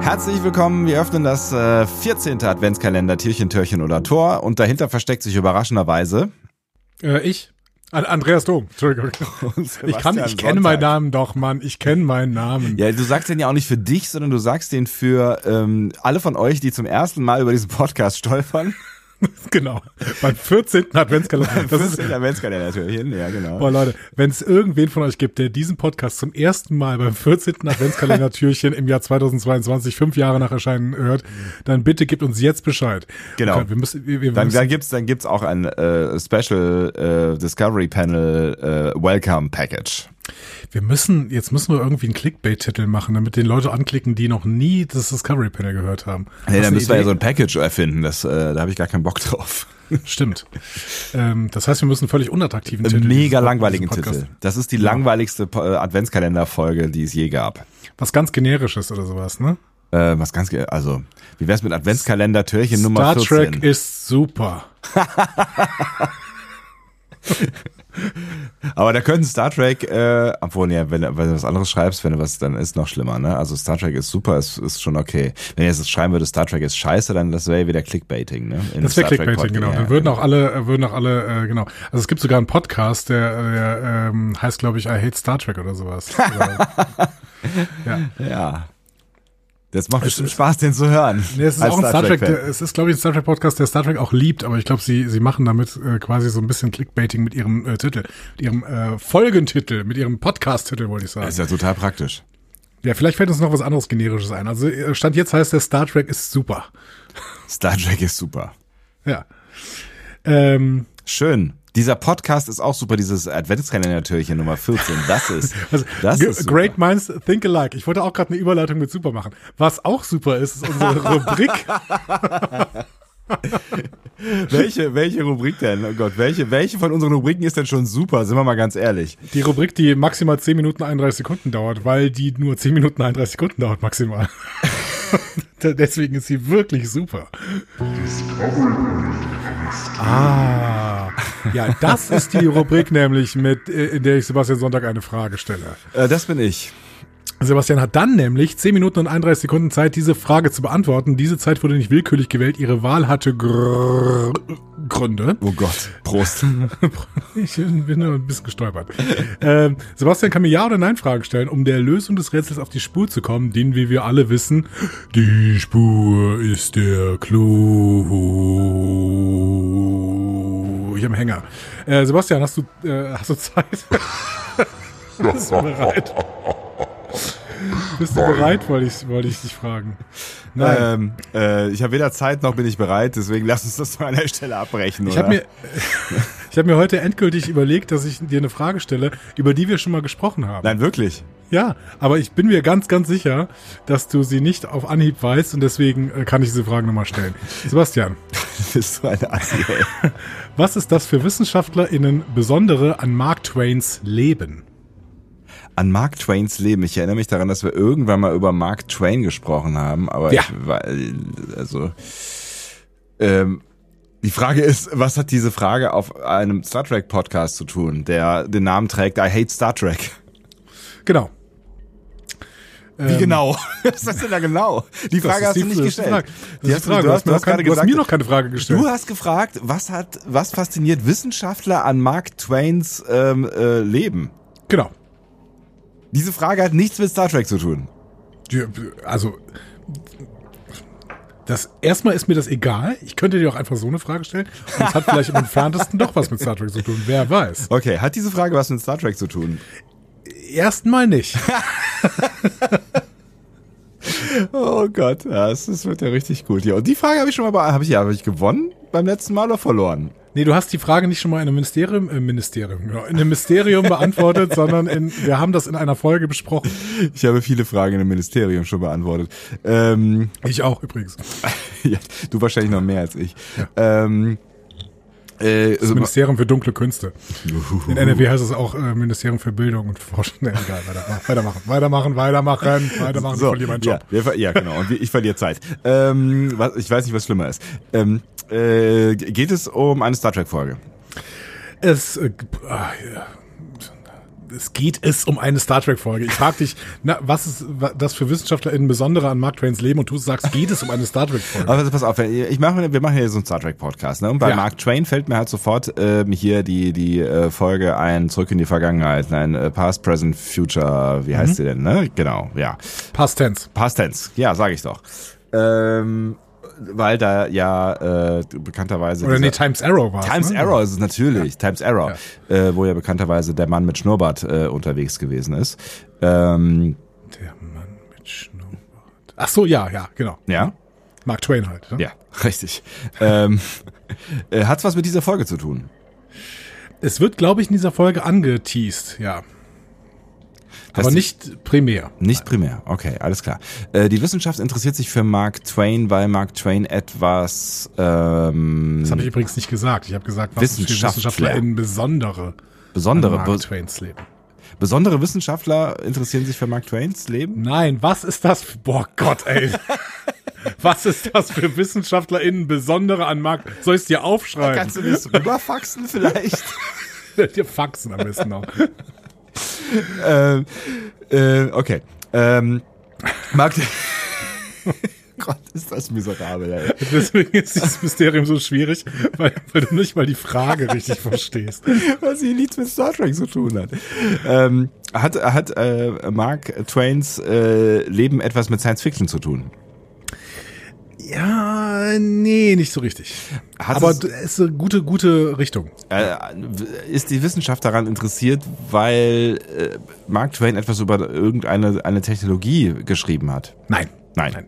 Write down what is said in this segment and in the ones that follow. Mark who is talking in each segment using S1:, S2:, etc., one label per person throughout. S1: Herzlich willkommen. Wir öffnen das äh, 14. Adventskalender Tierchen, Törchen oder Tor und dahinter versteckt sich überraschenderweise.
S2: Äh, ich? An Andreas Dom, Entschuldigung. Ich, kann, ich kenne meinen Namen doch, Mann. Ich kenne meinen Namen.
S1: Ja, du sagst den ja auch nicht für dich, sondern du sagst den für ähm, alle von euch, die zum ersten Mal über diesen Podcast stolpern.
S2: genau. Beim 14. Adventskalender. Das ist,
S1: 14. Adventskalender natürlich hin, ja genau.
S2: boah, Leute, wenn es irgendwen von euch gibt, der diesen Podcast zum ersten Mal beim 14. Adventskalender-Türchen im Jahr 2022, fünf Jahre nach Erscheinen hört, dann bitte gebt uns jetzt Bescheid.
S1: Genau.
S2: Okay, wir müssen, wir, wir
S1: Dann,
S2: müssen
S1: dann gibt's dann gibt's auch ein äh, Special äh, Discovery Panel äh, Welcome Package.
S2: Wir müssen, jetzt müssen wir irgendwie einen Clickbait-Titel machen, damit den Leute anklicken, die noch nie das Discovery Panel gehört haben.
S1: Nee,
S2: Hast
S1: da
S2: du
S1: müssen wir ja
S2: eine
S1: so ein Package erfinden. Das, äh, da habe ich gar keinen Bock drauf.
S2: Idee? Stimmt. ähm, das heißt, wir müssen einen völlig unattraktiven Titel.
S1: Einen Äh, mega
S2: dieses-
S1: langweiligen
S2: dieses Podcast-
S1: Titel. Das ist die langweiligste äh, Adventskalenderfolge, die es je gab.
S2: Was ganz generisches oder sowas, ne?
S1: Äh, was ganz, ge- also, wie wär's mit Adventskalender Türchen Nummer
S2: Star
S1: 14?
S2: Trek ist super.
S1: Aber da könnten Star Trek, äh, obwohl, ja, wenn, wenn du was anderes schreibst, wenn du was, dann ist noch schlimmer, ne? Also Star Trek ist super, ist, ist schon okay. Wenn ihr jetzt schreiben würdet, Star Trek ist scheiße, dann das wäre wieder Clickbaiting, ne? In
S2: Das
S1: Star
S2: wäre
S1: Trek
S2: Clickbaiting,
S1: Podcast,
S2: genau.
S1: ja,
S2: Dann würden auch alle, äh, würden auch alle, äh, genau. Also es gibt sogar einen Podcast, der, der ähm, heißt, glaube ich, I Hate Star Trek oder sowas. Oder, ja.
S1: Ja. Das macht bestimmt Spaß, den zu hören.
S2: Nee, es ist
S1: Als
S2: auch ein Star Trek, äh,
S1: Trek-Fan.
S2: der, es ist, glaube ich, ein Star Trek Podcast, der Star Trek auch liebt, aber ich glaube, sie, sie machen damit äh, quasi so ein bisschen Clickbaiting mit ihrem äh, Titel, mit ihrem äh, Folgentitel, mit ihrem Podcast-Titel, wollte ich sagen.
S1: Ist ja total praktisch.
S2: ja, vielleicht fällt uns noch was anderes Generisches ein. Also äh, Stand jetzt heißt der Star Trek ist super.
S1: Star Trek ist super.
S2: Ja. Ähm,
S1: Schön. Dieser Podcast ist auch super, dieses Adventskalender-Türchen Nummer 14. Das ist,
S2: also,
S1: das
S2: g-
S1: ist super.
S2: Great Minds Think Alike. Ich wollte auch gerade eine Überleitung mit Super machen. Was auch super ist, ist unsere Rubrik.
S1: Welche, welche Rubrik denn? Oh Gott, welche, welche von unseren Rubriken ist denn schon super? Sind wir mal ganz ehrlich.
S2: Die Rubrik, die maximal 10 Minuten 31 Sekunden dauert, weil die nur 10 Minuten 31 Sekunden dauert maximal. D- Deswegen ist sie wirklich super. Ah, ja, das ist die Rubrik nämlich, mit, äh, in der ich Sebastian Sonntag eine Frage stelle.
S1: Äh, das bin ich.
S2: Sebastian hat dann nämlich 10 Minuten und 31 Sekunden Zeit, diese Frage zu beantworten. Diese Zeit wurde nicht willkürlich gewählt. Ihre Wahl hatte Grrr Gründe.
S1: Oh Gott. Prost.
S2: Ich bin nur ein bisschen gestolpert. ähm, Sebastian kann mir Ja- oder Nein-Fragen stellen, um der Lösung des Rätsels auf die Spur zu kommen, den, wie wir alle wissen, die Spur ist der Clou. Ich am Hänger. Äh, Sebastian, hast du, äh, hast du Zeit? Bist du bereit? Bist du bereit, wollte ich, wollte ich dich fragen. Nein.
S1: ähm, äh, ich habe weder Zeit noch bin ich bereit, deswegen lass uns das mal an der Stelle abbrechen.
S2: Ich habe mir, ich hab mir heute endgültig überlegt, dass ich dir eine Frage stelle, über die wir schon mal gesprochen haben.
S1: Nein, wirklich.
S2: Ja, aber ich bin mir ganz, ganz sicher, dass du sie nicht auf Anhieb weißt und deswegen äh, kann ich diese Frage nochmal stellen. Sebastian,
S1: Bist du eine Assi, ey.
S2: was ist das für WissenschaftlerInnen Besondere an Mark Twains Leben?
S1: An Mark Twains Leben. Ich erinnere mich daran, dass wir irgendwann mal über Mark Twain gesprochen haben, aber
S2: Ja.
S1: ich war, also ähm, die Frage ist, was hat diese Frage auf einem Star Trek Podcast zu tun, der den Namen trägt I Hate Star Trek?
S2: Genau.
S1: Wie genau? Was ist das denn da genau? Die
S2: Ähm. Das
S1: Frage
S2: ist
S1: hast
S2: die-
S1: du nicht
S2: das ist die
S1: gestellt.
S2: Frage. Das ist die Frage. Du hast mir noch kein-
S1: gerade
S2: du hast
S1: gesagt,
S2: mir noch keine Frage gestellt.
S1: Du hast gefragt, was hat, was fasziniert Wissenschaftler an Mark Twains ähm, äh, Leben?
S2: Genau.
S1: Diese Frage hat nichts mit Star Trek zu tun.
S2: Die- Also, das, erstmal ist mir das egal. Ich könnte dir auch einfach so eine Frage stellen. Und es hat vielleicht im entferntesten doch was mit Star Trek zu tun. Wer weiß.
S1: Okay, hat diese Frage was mit Star Trek zu tun?
S2: Erstmal nicht.
S1: Oh Gott, ja, das, das wird ja richtig gut hier. Und die Frage habe ich schon mal, habe ich ja, habe ich gewonnen? beim letzten Mal auch verloren.
S2: Nee, du hast die Frage nicht schon mal in einem Ministerium, äh, Ministerium, genau, in einem Ministerium beantwortet, sondern in, wir haben das in einer Folge besprochen.
S1: Ich habe viele Fragen in einem Ministerium schon beantwortet. Ähm,
S2: Ich auch übrigens.
S1: ja, du wahrscheinlich noch mehr als ich. Ähm, äh,
S2: Das
S1: also-
S2: Ministerium für dunkle Künste. In NRW heißt es auch äh, Ministerium für Bildung und Forschung. Nee, egal, weitermachen, weitermachen, weitermachen, weitermachen, weitermachen. Ich verliere meinen Job.
S1: Ja, wir ver ja genau. Und wir- ich verliere Zeit. Ähm, was, ich weiß nicht, was schlimmer ist. Ähm, äh, g- geht es um eine Star Trek-Folge?
S2: Es, äh, ah, ja. es geht es um eine Star Trek-Folge. Ich frage dich, na, was ist wa- das für WissenschaftlerInnen Besondere an Mark Twains Leben und du sagst, geht es um eine Star Trek-Folge?
S1: Aber also pass auf, ich mache, wir machen hier so einen Star Trek Podcast, ne? Und bei
S2: Ja.
S1: Mark Twain fällt mir halt sofort ähm, hier die die äh, Folge ein Zurück in die Vergangenheit, nein, äh, Past, Present, Future, wie
S2: Mhm.
S1: heißt die denn, ne? Genau, ja.
S2: Past Tense.
S1: Past Tense, ja, sage ich doch. Ähm, weil da ja äh, bekannterweise
S2: Oder
S1: dieser-
S2: nee, Times Arrow war
S1: Times
S2: ne?
S1: Error ist es natürlich, Times Error, äh, wo ja bekannterweise der Mann mit Schnurrbart äh, unterwegs gewesen ist. Ähm,
S2: Der Mann mit Schnurrbart. Ach so, ja, ja, genau.
S1: ja,
S2: Mark Twain halt. Ne?
S1: ja, richtig. ähm, äh, hat's was mit dieser Folge zu tun?
S2: Es wird, glaube ich, in dieser Folge angeteased, ja.
S1: Heißt
S2: Aber
S1: die-
S2: nicht primär.
S1: Nicht primär, okay, alles klar. Äh, die Wissenschaft interessiert sich für Mark Twain, weil Mark Twain etwas ähm,
S2: Das habe ich übrigens nicht gesagt. Ich habe gesagt, was für
S1: Wissenschaftler.
S2: WissenschaftlerInnen Besondere
S1: besondere,
S2: an
S1: be
S2: Mark Twains Leben.
S1: besondere Wissenschaftler interessieren sich für Mark Twains Leben.
S2: Nein, was ist das? für- Boah Gott, ey. was ist das für WissenschaftlerInnen Besondere an Mark? Soll ich es dir aufschreiben?
S1: Kannst du das rüberfaxen vielleicht?
S2: dir faxen am besten noch.
S1: ähm, äh, okay. Ähm, Mark. Gott, ist das miserabel, ey.
S2: Deswegen ist dieses Mysterium so schwierig, weil, weil du nicht mal die Frage richtig verstehst.
S1: Was hier nichts mit Star Trek zu tun hat. Ähm, hat hat äh, Mark Twains äh, Leben etwas mit Science Fiction zu tun?
S2: Ja, nee, nicht so richtig.
S1: Hat
S2: Aber
S1: es-
S2: es ist eine gute, gute Richtung.
S1: Äh, ist die Wissenschaft daran interessiert, weil äh, Mark Twain etwas über irgendeine eine Technologie geschrieben hat?
S2: Nein.
S1: Nein.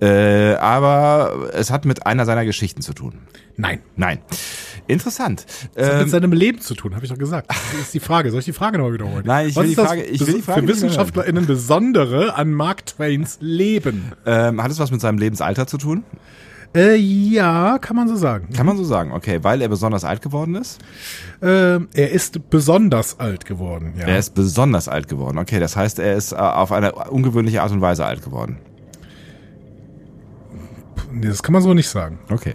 S1: Äh, aber es hat mit einer seiner Geschichten zu tun.
S2: Nein.
S1: Nein. Interessant.
S2: Hat
S1: Ähm,
S2: mit seinem Leben zu tun, habe ich doch gesagt. Das ist die Frage. Soll ich die Frage nochmal wiederholen?
S1: Nein, ich
S2: Was
S1: will
S2: ist
S1: die
S2: das
S1: Frage- ich will die Frage
S2: Für
S1: nicht mehr hören.
S2: WissenschaftlerInnen Besondere an Mark Twains Leben.
S1: Ähm, hat es was mit seinem Lebensalter zu tun?
S2: Äh, ja, kann man so sagen.
S1: Kann man so sagen, okay, weil er besonders alt geworden ist?
S2: Ähm, er ist besonders alt geworden, ja.
S1: Er ist besonders alt geworden, okay, das heißt, er ist äh, auf eine ungewöhnliche Art und Weise alt geworden.
S2: nee, das kann man so nicht sagen.
S1: Okay.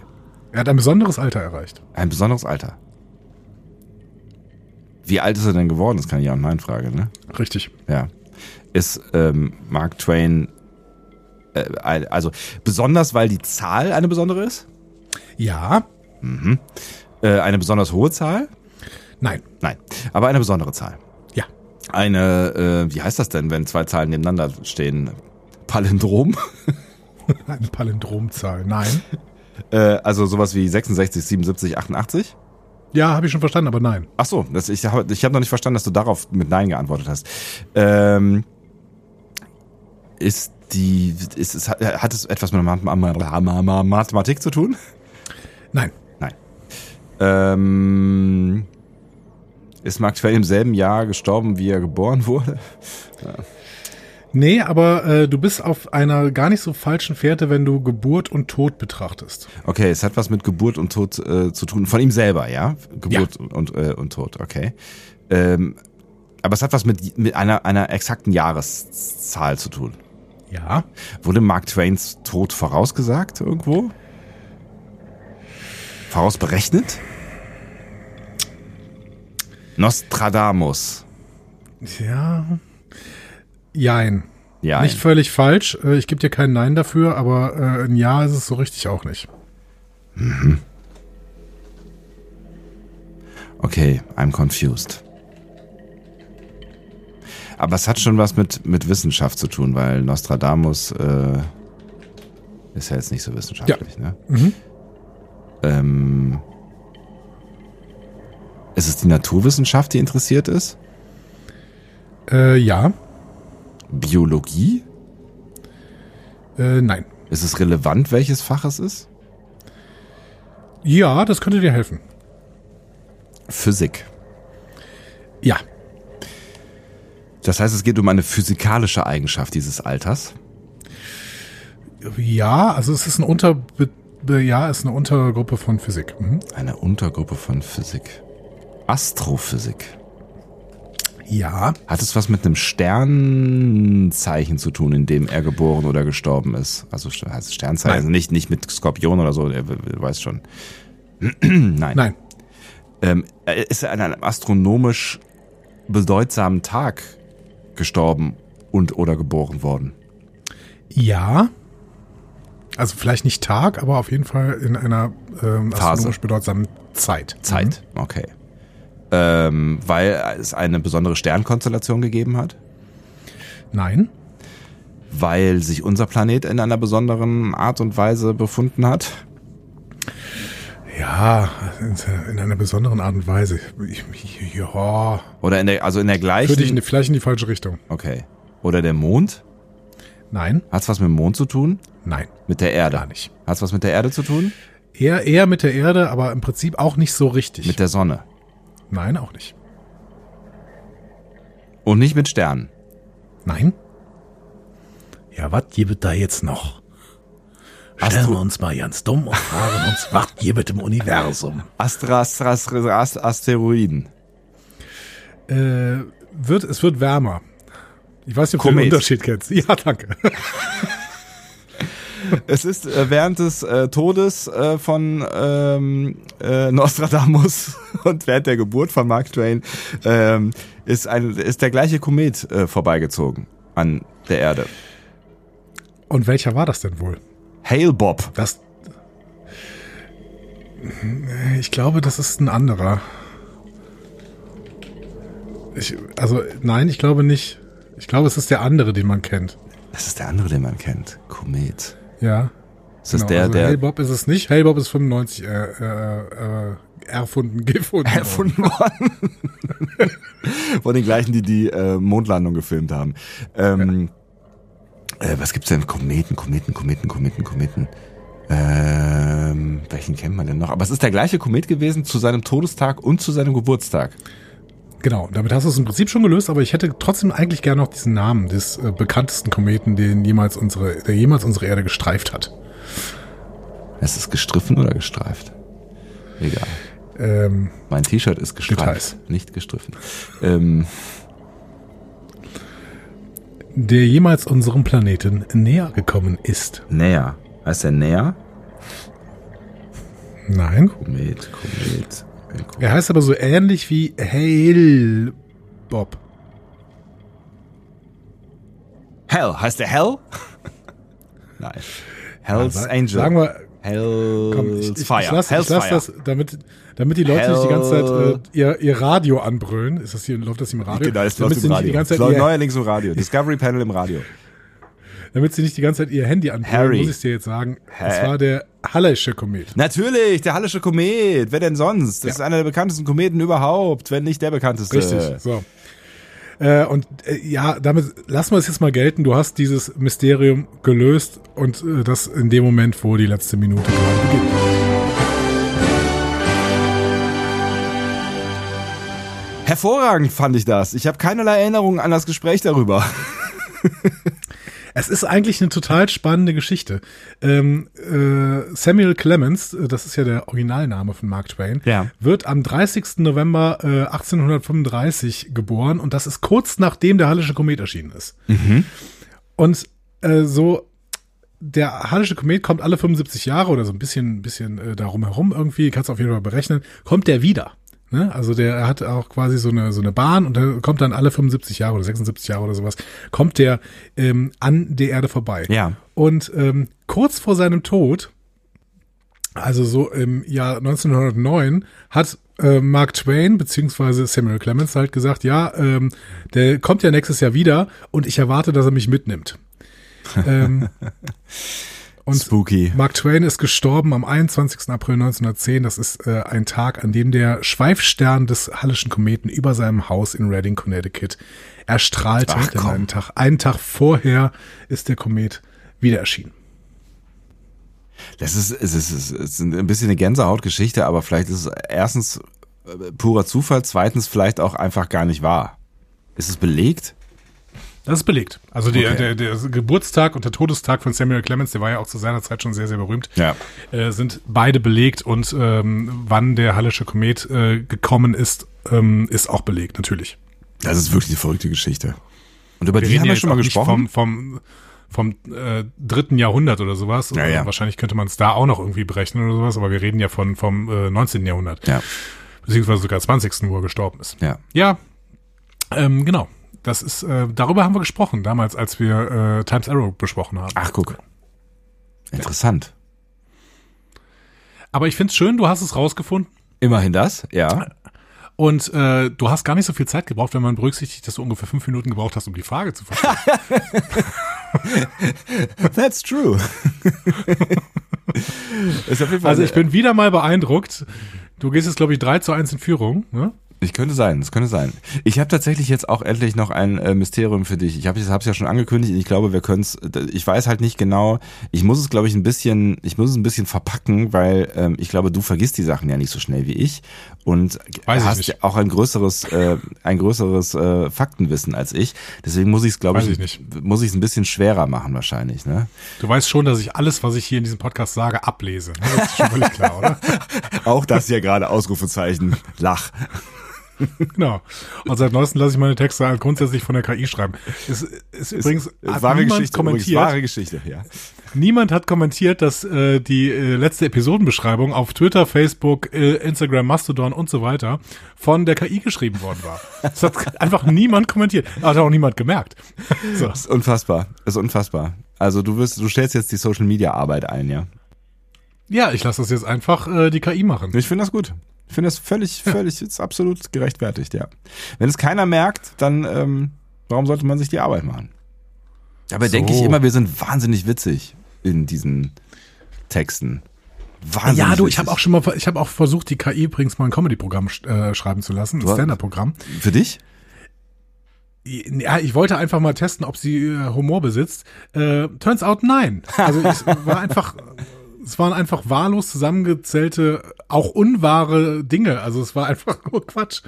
S2: Er hat ein besonderes Alter erreicht.
S1: Ein besonderes Alter. Wie alt ist er denn geworden? Das ist keine Ja- und Nein-Frage, ne?
S2: Richtig.
S1: Ja. Ist ähm, Mark Twain, äh, ein- also besonders, weil die Zahl eine besondere ist?
S2: Ja,
S1: Äh, eine besonders hohe Zahl?
S2: nein,
S1: Nein, aber eine besondere Zahl.
S2: ja.
S1: Eine, äh, wie heißt das denn, wenn zwei Zahlen nebeneinander stehen? Palindrom?
S2: Eine Palindromzahl, nein.
S1: Äh, also sowas wie 66, 77, 88?
S2: Ja, habe ich schon verstanden, aber nein.
S1: Ach so, das, ich habe ich hab noch nicht verstanden, dass du darauf mit Nein geantwortet hast. Ähm, ist die, ist es, hat, hat es etwas mit Math- Math- Math- Mathematik zu tun?
S2: Nein,
S1: Nein. Ähm, ist Mark Twain im selben Jahr gestorben, wie er geboren wurde?
S2: Nee, aber äh, du bist auf einer gar nicht so falschen Fährte, wenn du Geburt und Tod betrachtest.
S1: Okay, es hat was mit Geburt und Tod äh, zu tun. Von ihm selber, ja? Geburt Und, äh, und Tod, okay. Ähm, aber es hat was mit, mit einer, einer exakten Jahreszahl zu tun.
S2: Ja.
S1: Wurde Mark Twains Tod vorausgesagt irgendwo? Vorausberechnet? Nostradamus.
S2: Ja. Jein.
S1: Ja.
S2: Nicht völlig falsch. Äh, Ich gebe dir kein Nein dafür, aber äh, ein Ja ist es so richtig auch nicht.
S1: Okay, I'm confused. Aber es hat schon was mit, mit Wissenschaft zu tun, weil Nostradamus äh, ist ja jetzt nicht so wissenschaftlich, ne? Ähm, ist es die Naturwissenschaft, die interessiert ist?
S2: Äh, ja.
S1: Biologie?
S2: Äh, nein.
S1: Ist es relevant, welches Fach es ist?
S2: Ja, das könnte dir helfen.
S1: Physik.
S2: Ja.
S1: Das heißt, es geht um eine physikalische Eigenschaft dieses Alters.
S2: Ja, also es ist ein Unter ja, ist eine Untergruppe von Physik. Mhm.
S1: Eine Untergruppe von Physik. Astrophysik.
S2: Ja.
S1: Hat es was mit einem Sternzeichen zu tun, in dem er geboren oder gestorben ist? Also heißt Sternzeichen, also nicht, nicht mit Skorpion oder so, er weiß schon. Nein.
S2: Nein.
S1: Ähm, ist er an einem astronomisch bedeutsamen Tag gestorben und oder geboren worden?
S2: Ja. Also vielleicht nicht Tag, aber auf jeden Fall in einer ähm,
S1: Phase.
S2: astronomisch bedeutsamen Zeit.
S1: Zeit.
S2: Mhm.
S1: Okay. Ähm, weil es eine besondere Sternkonstellation gegeben hat?
S2: Mhm. Nein.
S1: Weil sich unser Planet in einer besonderen Art und Weise befunden hat?
S2: Ja, in, in einer besonderen Art und Weise. Ich, ich, ja.
S1: Oder in der, also in der gleichen.
S2: Würde ich in, die- vielleicht in die falsche Richtung.
S1: okay. Oder der Mond?
S2: Nein.
S1: Hat es was mit dem Mond zu tun?
S2: Nein.
S1: Mit der Erde?
S2: Gar nicht.
S1: Hat es was mit der Erde zu tun?
S2: Eher, eher mit der Erde, aber im Prinzip auch nicht so richtig.
S1: Mit der Sonne.
S2: Nein, auch nicht.
S1: Und nicht mit Sternen.
S2: Nein. Ja, was gibt da jetzt noch?
S1: Astro-
S2: wir uns mal ganz dumm und fragen uns, was gibt im Universum?
S1: Astra, Astra, Astra, Ast- Asteroiden.
S2: Äh, wird, es wird wärmer. Ich weiß nicht, ob du
S1: Komet.
S2: den Unterschied kennst. Ja, danke.
S1: Es ist äh, während des äh, Todes äh, von ähm, äh, Nostradamus und während der Geburt von Mark Twain ähm, ist, ein, ist der gleiche Komet äh, vorbeigezogen an der Erde.
S2: Und welcher war das denn wohl?
S1: Hail Bob.
S2: Das. Ich glaube, das ist ein anderer. Ich, also, nein, ich glaube nicht. Ich glaube, es ist der andere, den man kennt.
S1: Das ist der andere, den man kennt. Komet.
S2: Ja.
S1: Das ist
S2: Genau,
S1: der,
S2: also
S1: der
S2: Hellbob ist es nicht. Hellbob ist 95 äh, äh, äh, erfunden, gefunden. worden.
S1: erfunden worden. Von den gleichen, die die äh, Mondlandung gefilmt haben. Ähm, äh, was gibt's denn? Kometen, Kometen, Kometen, Kometen, Kometen. Ähm, welchen kennen wir denn noch? Aber es ist der gleiche Komet gewesen zu seinem Todestag und zu seinem Geburtstag.
S2: Genau, damit hast du es im Prinzip schon gelöst, aber ich hätte trotzdem eigentlich gerne noch diesen Namen des äh, bekanntesten Kometen, den jemals unsere, der jemals unsere Erde gestreift hat.
S1: Es ist gestriffen oder gestreift? Egal.
S2: Ähm,
S1: Mein T-Shirt ist gestreift,
S2: Details.
S1: nicht gestriffen. Ähm,
S2: der jemals unserem Planeten näher gekommen ist.
S1: näher. Heißt der näher?
S2: Nein.
S1: Komet, Komet. Ein Komet.
S2: Er heißt aber so ähnlich wie Hail Bob.
S1: Hell, heißt der Hell? Nein. Hell's
S2: Sa-
S1: Angel.
S2: Sagen wir,
S1: Hell's
S2: komm, ich, ich, ich
S1: Fire.
S2: lasse
S1: Hell's
S2: lass
S1: Fire.
S2: das, damit, damit die Leute nicht die ganze Zeit äh, ihr, ihr Radio anbrüllen. Ist das hier, läuft das hier im Radio?
S1: Genau, das
S2: damit
S1: läuft
S2: sie
S1: im
S2: nicht die
S1: Radio.
S2: ganze
S1: Das
S2: Zeit
S1: läuft
S2: ihr
S1: neuerdings im Radio. Discovery Panel im Radio.
S2: Damit sie nicht die ganze Zeit ihr Handy anbringen,
S1: Harry.
S2: muss ich dir jetzt sagen,
S1: Hä?
S2: es war der Halleische Komet.
S1: Natürlich, der Hallische Komet. Wer denn sonst? Das
S2: Ja.
S1: ist einer der bekanntesten Kometen überhaupt, wenn nicht der bekannteste.
S2: Richtig, so. Äh, und äh, ja, damit lassen wir es jetzt mal gelten. Du hast dieses Mysterium gelöst und äh, das in dem Moment, wo die letzte Minute gerade beginnt.
S1: Hervorragend fand ich das. Ich habe keinerlei Erinnerungen an das Gespräch darüber.
S2: Es ist eigentlich eine total spannende Geschichte. Ähm, äh, Samuel Clemens, äh, das ist ja der Originalname von Mark Twain,
S1: Ja.
S2: wird am 30. November äh, 1835 geboren und das ist kurz nachdem der Hallische Komet erschienen ist. Und äh, so, der Hallische Komet kommt alle 75 Jahre oder so ein bisschen, bisschen äh, darum herum irgendwie, kannst du auf jeden Fall berechnen, kommt der wieder. Ne? Also der hat auch quasi so eine, so eine Bahn und der kommt dann alle 75 Jahre oder 76 Jahre oder sowas, kommt der ähm, an der Erde vorbei.
S1: Ja.
S2: Und ähm, kurz vor seinem Tod, also so im Jahr 1909, hat äh, Mark Twain beziehungsweise Samuel Clemens halt gesagt, ja, ähm, der kommt ja nächstes Jahr wieder und ich erwarte, dass er mich mitnimmt. ähm, und
S1: Spooky.
S2: Mark Twain ist gestorben am 21. April 1910. Das ist äh, ein Tag, an dem der Schweifstern des Hallischen Kometen über seinem Haus in Reading, Connecticut erstrahlte.
S1: Ach,
S2: Denn
S1: komm.
S2: einen Tag, einen Tag vorher ist der Komet wieder erschienen.
S1: Das ist, es ist, es ist ein bisschen eine Gänsehautgeschichte, aber vielleicht ist es erstens äh, purer Zufall, zweitens vielleicht auch einfach gar nicht wahr. Ist es belegt?
S2: Das ist belegt. Also der,
S1: Okay.
S2: der, der Geburtstag und der Todestag von Samuel Clemens, der war ja auch zu seiner Zeit schon sehr, sehr berühmt,
S1: Ja.
S2: äh, sind beide belegt und ähm, wann der Hallische Komet äh, gekommen ist, ähm, ist auch belegt, natürlich.
S1: Das ist wirklich eine verrückte Geschichte. Und über die
S2: reden
S1: haben wir
S2: jetzt
S1: schon mal
S2: auch nicht
S1: gesprochen.
S2: Vom, vom, vom äh, dritten Jahrhundert oder sowas.
S1: Ja, ja.
S2: Wahrscheinlich könnte man es da auch noch irgendwie berechnen oder sowas, aber wir reden ja von, vom äh, 19. Jahrhundert,
S1: Ja,
S2: beziehungsweise sogar 20. wo er gestorben ist.
S1: ja.
S2: Ja, ähm, genau. Das ist, äh, darüber haben wir gesprochen, damals, als wir äh, Times Arrow besprochen haben.
S1: Ach, guck. Interessant.
S2: Aber ich find's schön, du hast es rausgefunden
S1: Immerhin das, ja.
S2: und äh, du hast gar nicht so viel Zeit gebraucht, wenn man berücksichtigt, dass du ungefähr fünf Minuten gebraucht hast, um die Frage zu verstehen.
S1: That's true. ist auf jeden Fall
S2: Also ich bin wieder mal beeindruckt. Du gehst jetzt, glaube ich, 3 zu 1 in Führung. Ne?
S1: Ich könnte sein, es könnte sein. Ich habe tatsächlich jetzt auch endlich noch ein äh, Mysterium für dich. Ich habe es ja schon angekündigt und ich glaube, wir können es. Ich weiß halt nicht genau. Ich muss es, glaube ich, ein bisschen, ich muss es ein bisschen verpacken, weil ähm, ich glaube, du vergisst die Sachen ja nicht so schnell wie ich und
S2: Weiß ich
S1: hast
S2: nicht.
S1: ja auch ein größeres, äh, ein größeres äh, Faktenwissen als ich. Deswegen muss ich es, glaube
S2: Weiß
S1: ich,
S2: ich nicht.
S1: muss ich es ein bisschen schwerer machen wahrscheinlich. Ne?
S2: Du weißt schon, dass ich alles, was ich hier in diesem Podcast sage, ablese. ne? Das ist schon völlig klar, oder?
S1: Auch das hier gerade Ausrufezeichen, lach.
S2: Genau. Und seit neuestem lasse ich meine Texte halt grundsätzlich von der KI schreiben. Es ist übrigens hat
S1: wahre
S2: niemand
S1: Geschichte, übrigens,
S2: kommentiert.
S1: wahre Geschichte, ja.
S2: Niemand hat kommentiert, dass äh, die äh, letzte Episodenbeschreibung auf Twitter, Facebook, äh, Instagram, Mastodon und so weiter von der KI geschrieben worden war. Das hat einfach niemand kommentiert. Hat auch niemand gemerkt. So.
S1: Ist unfassbar, ist unfassbar. Also du wirst, du stellst jetzt die Social Media Arbeit ein, ja.
S2: Ja, ich lasse das jetzt einfach äh, die KI machen.
S1: Ich finde das gut. Ich finde das völlig, völlig, ist absolut gerechtfertigt, ja. Wenn es keiner merkt, dann ähm, warum sollte man sich die Arbeit machen? Dabei
S2: So.
S1: denke ich immer, wir sind wahnsinnig witzig in diesen Texten. Wahnsinnig
S2: Ja, du,
S1: witzig.
S2: ich habe auch schon mal, ver- ich habe auch versucht, die KI übrigens mal ein Comedy-Programm sch- äh, schreiben zu lassen, ein
S1: hast-
S2: Stand-Up-Programm.
S1: Für dich?
S2: Ja, ich wollte einfach mal testen, ob sie äh, Humor besitzt. Äh, turns out nein. Also es war einfach, es waren einfach wahllos zusammengezählte, auch unwahre Dinge. Also es war einfach nur Quatsch.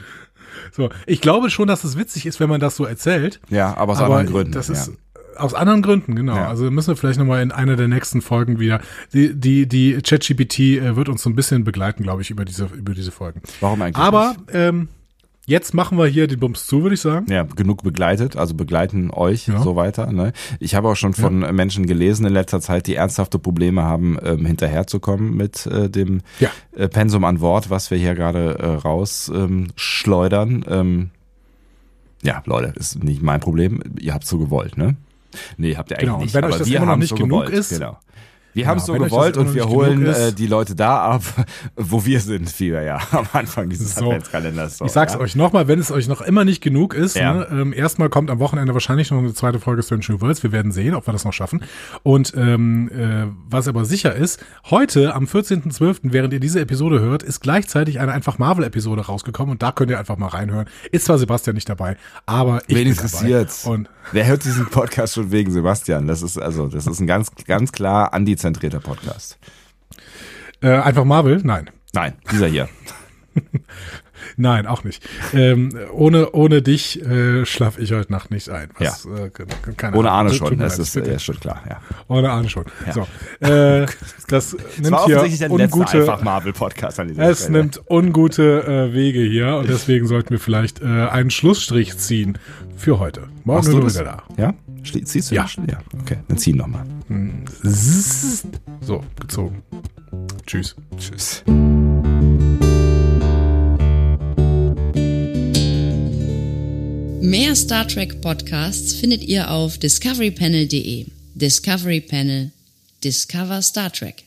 S2: So, ich glaube schon, dass es witzig ist, wenn man das so erzählt.
S1: Ja, aber aus
S2: aber
S1: anderen Gründen.
S2: Das
S1: ja.
S2: ist aus anderen Gründen, genau.
S1: Ja.
S2: Also müssen wir vielleicht nochmal in einer der nächsten Folgen wieder. Die, die, die ChatGPT äh, wird uns so ein bisschen begleiten, glaube ich, über diese, über diese Folgen.
S1: Warum eigentlich
S2: Aber
S1: nicht?
S2: ähm, jetzt machen wir hier den Bums zu, würde ich sagen.
S1: Ja, genug begleitet, also begleiten euch so weiter. Ne? Ich habe auch schon von äh, Menschen gelesen in letzter Zeit, die ernsthafte Probleme haben, ähm, hinterherzukommen mit äh, dem
S2: Ja.
S1: äh, Pensum an Wort, was wir hier gerade äh, rausschleudern. Ähm, schleudern. ähm, ja, Leute, ist nicht mein Problem. Ihr habt so gewollt, ne? Nee, habt ihr eigentlich
S2: Genau, und
S1: nicht.
S2: wenn euch
S1: aber
S2: das
S1: wir
S2: immer noch
S1: haben
S2: nicht
S1: so
S2: genug
S1: gewollt.
S2: ist-
S1: genau. Wir haben es so
S2: wenn euch das
S1: gewollt
S2: immer noch
S1: und wir
S2: nicht genug
S1: holen
S2: ist-
S1: äh, die Leute da ab, wo wir sind, wie wir ja am Anfang dieses
S2: So.
S1: Adventskalenders. So,
S2: Ich sag's
S1: ja?
S2: euch nochmal, wenn es euch noch immer nicht genug ist,
S1: Ja.
S2: ne, ähm, erstmal kommt am Wochenende wahrscheinlich noch eine zweite Folge Strange New Worlds. Wir werden sehen, ob wir das noch schaffen. Und ähm, äh, was aber sicher ist, heute am 14.12., während ihr diese Episode hört, ist gleichzeitig eine einfach Marvel-Episode rausgekommen und da könnt ihr einfach mal reinhören. Ist zwar Sebastian nicht dabei, aber ich
S1: Wen
S2: bin
S1: interessiert's?
S2: dabei. Und
S1: Wer hört diesen Podcast schon wegen Sebastian? Das ist also, das ist ein ganz, ganz klar antizentrierter Podcast.
S2: äh, einfach Marvel? Nein.
S1: Nein, dieser hier.
S2: Nein, auch nicht. Ähm, ohne, ohne dich äh, schlaf ich heute Nacht nicht ein. Was, äh, keine
S1: Ohne
S2: Ahnung.
S1: Arne
S2: Tut mir
S1: schon.
S2: leid,
S1: Das ist
S2: bitte.
S1: ja, schon klar, ja.
S2: Ohne Ahnung schon. So. Äh, das nimmt
S1: war offensichtlich
S2: hier
S1: der letzte
S2: ungute,
S1: einfach Marvel-Podcast an dieser
S2: es nimmt ungute äh, Wege hier und deswegen sollten wir vielleicht äh, einen Schlussstrich ziehen für heute. Morgen
S1: Machst
S2: sind
S1: du
S2: wir
S1: das?
S2: wieder da.
S1: Ja? Schli- Ziehst du
S2: Ja.
S1: den Schli- ja. Okay, dann zieh nochmal.
S2: Zzzzt. So, gezogen. Tschüss.
S1: Tschüss.
S3: Mehr Star Trek Podcasts findet ihr auf discoverypanel.de. Discovery Panel. Discover Star Trek.